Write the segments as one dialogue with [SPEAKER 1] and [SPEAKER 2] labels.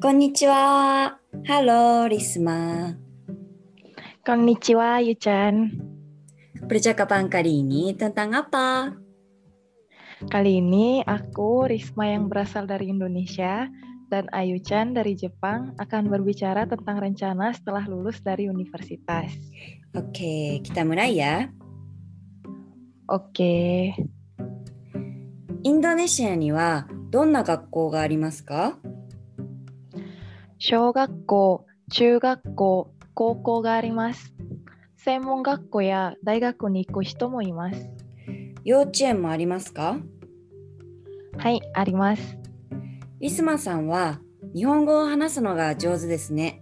[SPEAKER 1] こんにちは。ハロー、リスマー。
[SPEAKER 2] Konnichiwa, Yuchan.
[SPEAKER 1] Percakapan kali ini tentang apa?
[SPEAKER 2] Kali ini aku, Risma yang berasal dari Indonesia, dan Ayu-chan dari Jepang akan berbicara tentang rencana setelah lulus dari universitas.
[SPEAKER 1] Oke, kita mulai ya.
[SPEAKER 2] Oke,
[SPEAKER 1] インドネシアにはどんな学校がありますか
[SPEAKER 2] 小学校、中学校、高校があります。専門学校や大学に行く人もいます。
[SPEAKER 1] 幼稚園もありますか
[SPEAKER 2] はい、あります。
[SPEAKER 1] リスマさんは日本語を話すのが上手ですね。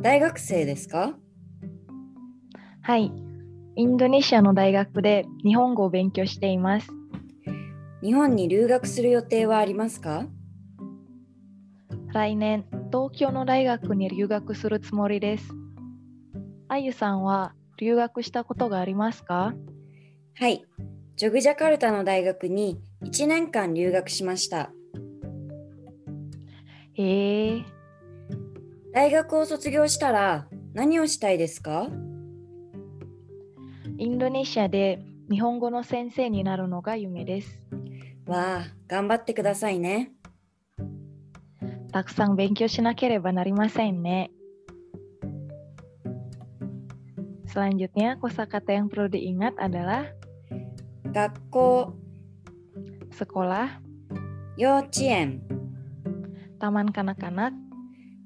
[SPEAKER 1] 大学生ですか
[SPEAKER 2] はい、インドネシアの大学で日本語を勉強しています。
[SPEAKER 1] 日本に留学する予定はありますか
[SPEAKER 2] 来年東京の大学に留学するつもりですあゆさんは留学したことがありますか
[SPEAKER 1] はい。ジョグジャカルタの大学に1年間留学しました。
[SPEAKER 2] へえ
[SPEAKER 1] 大学を卒業したら何をしたいですか
[SPEAKER 2] インドネシアで日本語の先生になるのが夢です
[SPEAKER 1] わあ、頑張ってくださいね。
[SPEAKER 2] たくさん勉強しなければなりませんね Selanjutnya, kosakata yang perlu diingat adalah
[SPEAKER 1] 学校、
[SPEAKER 2] sekolah,
[SPEAKER 1] 幼稚園、
[SPEAKER 2] taman kanak-kanak,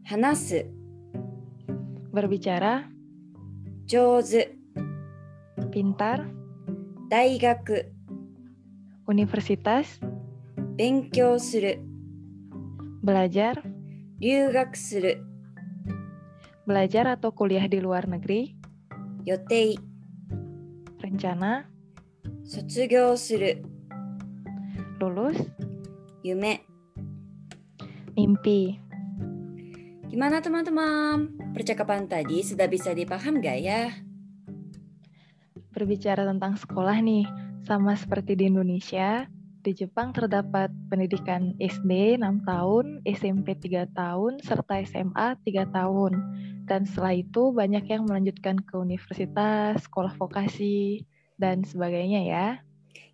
[SPEAKER 1] 話す、
[SPEAKER 2] berbicara,
[SPEAKER 1] 上手、
[SPEAKER 2] pintar,
[SPEAKER 1] 大学、
[SPEAKER 2] universitas,
[SPEAKER 1] 勉強する、
[SPEAKER 2] belajar,
[SPEAKER 1] 留学する、
[SPEAKER 2] belajar atau kuliah di luar negeri,
[SPEAKER 1] 予定、
[SPEAKER 2] rencana,
[SPEAKER 1] 卒業する、
[SPEAKER 2] lulus,
[SPEAKER 1] 夢。
[SPEAKER 2] mimpi.
[SPEAKER 1] Gimana teman-teman? Percakapan tadi sudah bisa dipaham gak ya?
[SPEAKER 2] Berbicara tentang sekolah nih, sama seperti di Indonesia, di Jepang terdapat pendidikan SD 6 tahun, SMP 3 tahun, serta SMA 3 tahun. Dan setelah itu banyak yang melanjutkan ke universitas, sekolah vokasi, dan sebagainya ya.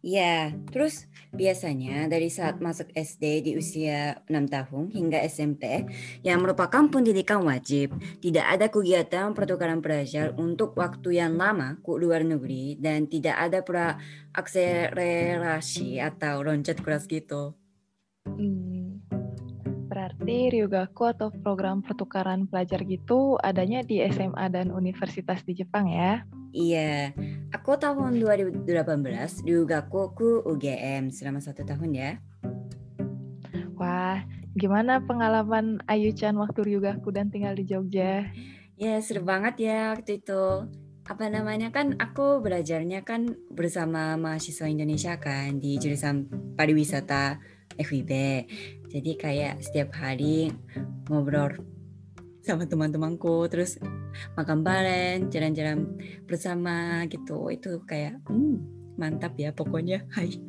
[SPEAKER 1] Iya, terus biasanya dari saat masuk SD di usia 6 tahun hingga SMP yang merupakan pendidikan wajib, tidak ada kegiatan pertukaran pelajar untuk waktu yang lama ke luar negeri dan tidak ada pra akselerasi atau loncat kelas gitu.
[SPEAKER 2] Hmm. Berarti Ryugaku atau program pertukaran pelajar gitu adanya di SMA dan universitas di Jepang ya.
[SPEAKER 1] Iya, aku tahun 2018 Ryugaku ke UGM selama satu tahun ya.
[SPEAKER 2] Wah, gimana pengalaman Ayu-chan waktu Ryugaku dan tinggal di Jogja?
[SPEAKER 1] Ya, seru banget ya waktu itu. Apa namanya kan aku belajarnya kan bersama mahasiswa Indonesia kan di jurusan pariwisata FIB. Jadi kayak setiap hari ngobrol sama teman-temanku terus makan bareng, jalan-jalan bersama gitu. Itu kayak hmm, mantap ya pokoknya. Hai.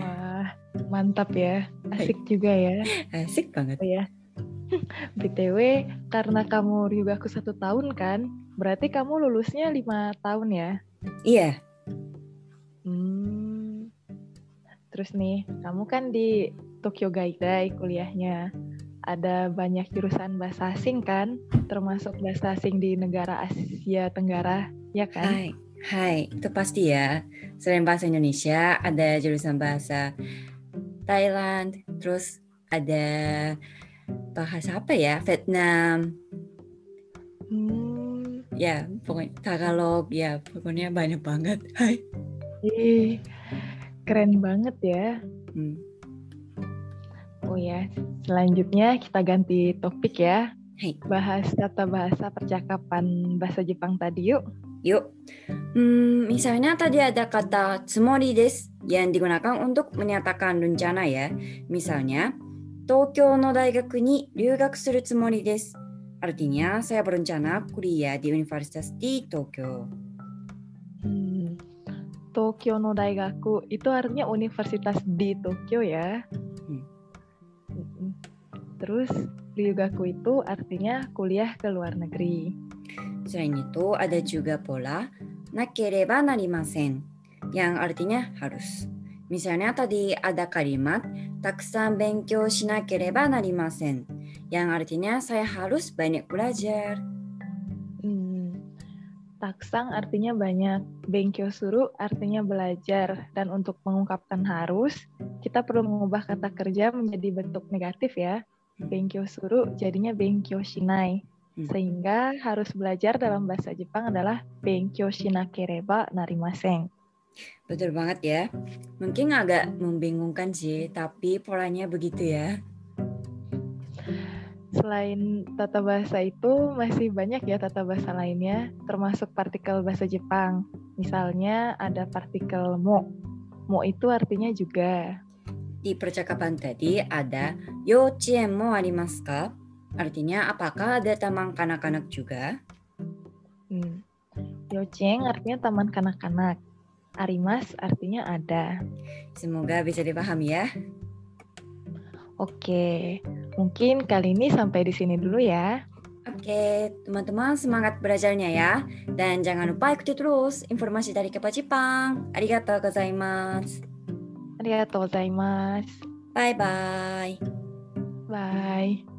[SPEAKER 2] Wah, mantap ya. Asik juga ya.
[SPEAKER 1] Asik banget.
[SPEAKER 2] Oh ya. BTW, karena kamu Ryugaku satu tahun kan, berarti kamu lulusnya lima tahun ya?
[SPEAKER 1] Iya,
[SPEAKER 2] Hmm. Terus nih, kamu kan di Tokyo Gaidai kuliahnya. Ada banyak jurusan bahasa asing kan, termasuk bahasa asing di negara Asia Tenggara, ya kan?
[SPEAKER 1] Hai, hai, itu pasti ya. Selain bahasa Indonesia, ada jurusan bahasa Thailand, terus ada bahasa apa ya? Vietnam,
[SPEAKER 2] Hmm.
[SPEAKER 1] ya, pokoknya Tagalog, ya, pokoknya banyak banget. Hai.
[SPEAKER 2] Ih, keren banget ya.
[SPEAKER 1] Hmm.
[SPEAKER 2] Oh ya, selanjutnya kita ganti topik ya.
[SPEAKER 1] Hai.
[SPEAKER 2] Bahas tata bahasa percakapan bahasa Jepang tadi yuk.
[SPEAKER 1] Yuk. Hmm, misalnya tadi ada kata tsumori des yang digunakan untuk menyatakan rencana ya. Misalnya, Tokyo no daigaku ni ryugaku suru tsumori des. Artinya, saya berencana kuliah di Universitas di Tokyo.
[SPEAKER 2] Hmm. Tokyo no Daigaku itu artinya universitas di Tokyo ya.
[SPEAKER 1] Hmm.
[SPEAKER 2] Mm-mm. Terus Ryugaku itu artinya kuliah ke luar negeri.
[SPEAKER 1] Selain itu ada juga pola nakereba narimasen yang artinya harus. Misalnya tadi ada kalimat taksan benkyou shinakereba narimasen yang artinya saya harus banyak belajar.
[SPEAKER 2] Hmm, taksang artinya banyak, bengkyo suru artinya belajar, dan untuk mengungkapkan harus, kita perlu mengubah kata kerja menjadi bentuk negatif ya. Bengkyo suru jadinya bengkyo shinai.
[SPEAKER 1] Hmm.
[SPEAKER 2] Sehingga harus belajar dalam bahasa Jepang adalah bengkyo shinakereba narimasen.
[SPEAKER 1] Betul banget ya. Mungkin agak membingungkan sih, tapi polanya begitu ya.
[SPEAKER 2] Selain tata bahasa itu, masih banyak ya tata bahasa lainnya, termasuk partikel bahasa Jepang. Misalnya ada partikel mo. Mo itu artinya juga.
[SPEAKER 1] Di percakapan tadi ada yochien mo arimasu ka? Artinya apakah ada taman kanak-kanak juga?
[SPEAKER 2] Hmm. Yocheng artinya taman kanak-kanak. Arimas artinya ada.
[SPEAKER 1] Semoga bisa dipahami ya.
[SPEAKER 2] Oke, mungkin kali ini sampai di sini dulu ya.
[SPEAKER 1] Oke, teman-teman semangat belajarnya ya. Dan jangan lupa ikuti terus informasi dari Kepo Jepang. Arigatou gozaimasu.
[SPEAKER 2] Arigatou gozaimasu.
[SPEAKER 1] Bye-bye.
[SPEAKER 2] Bye.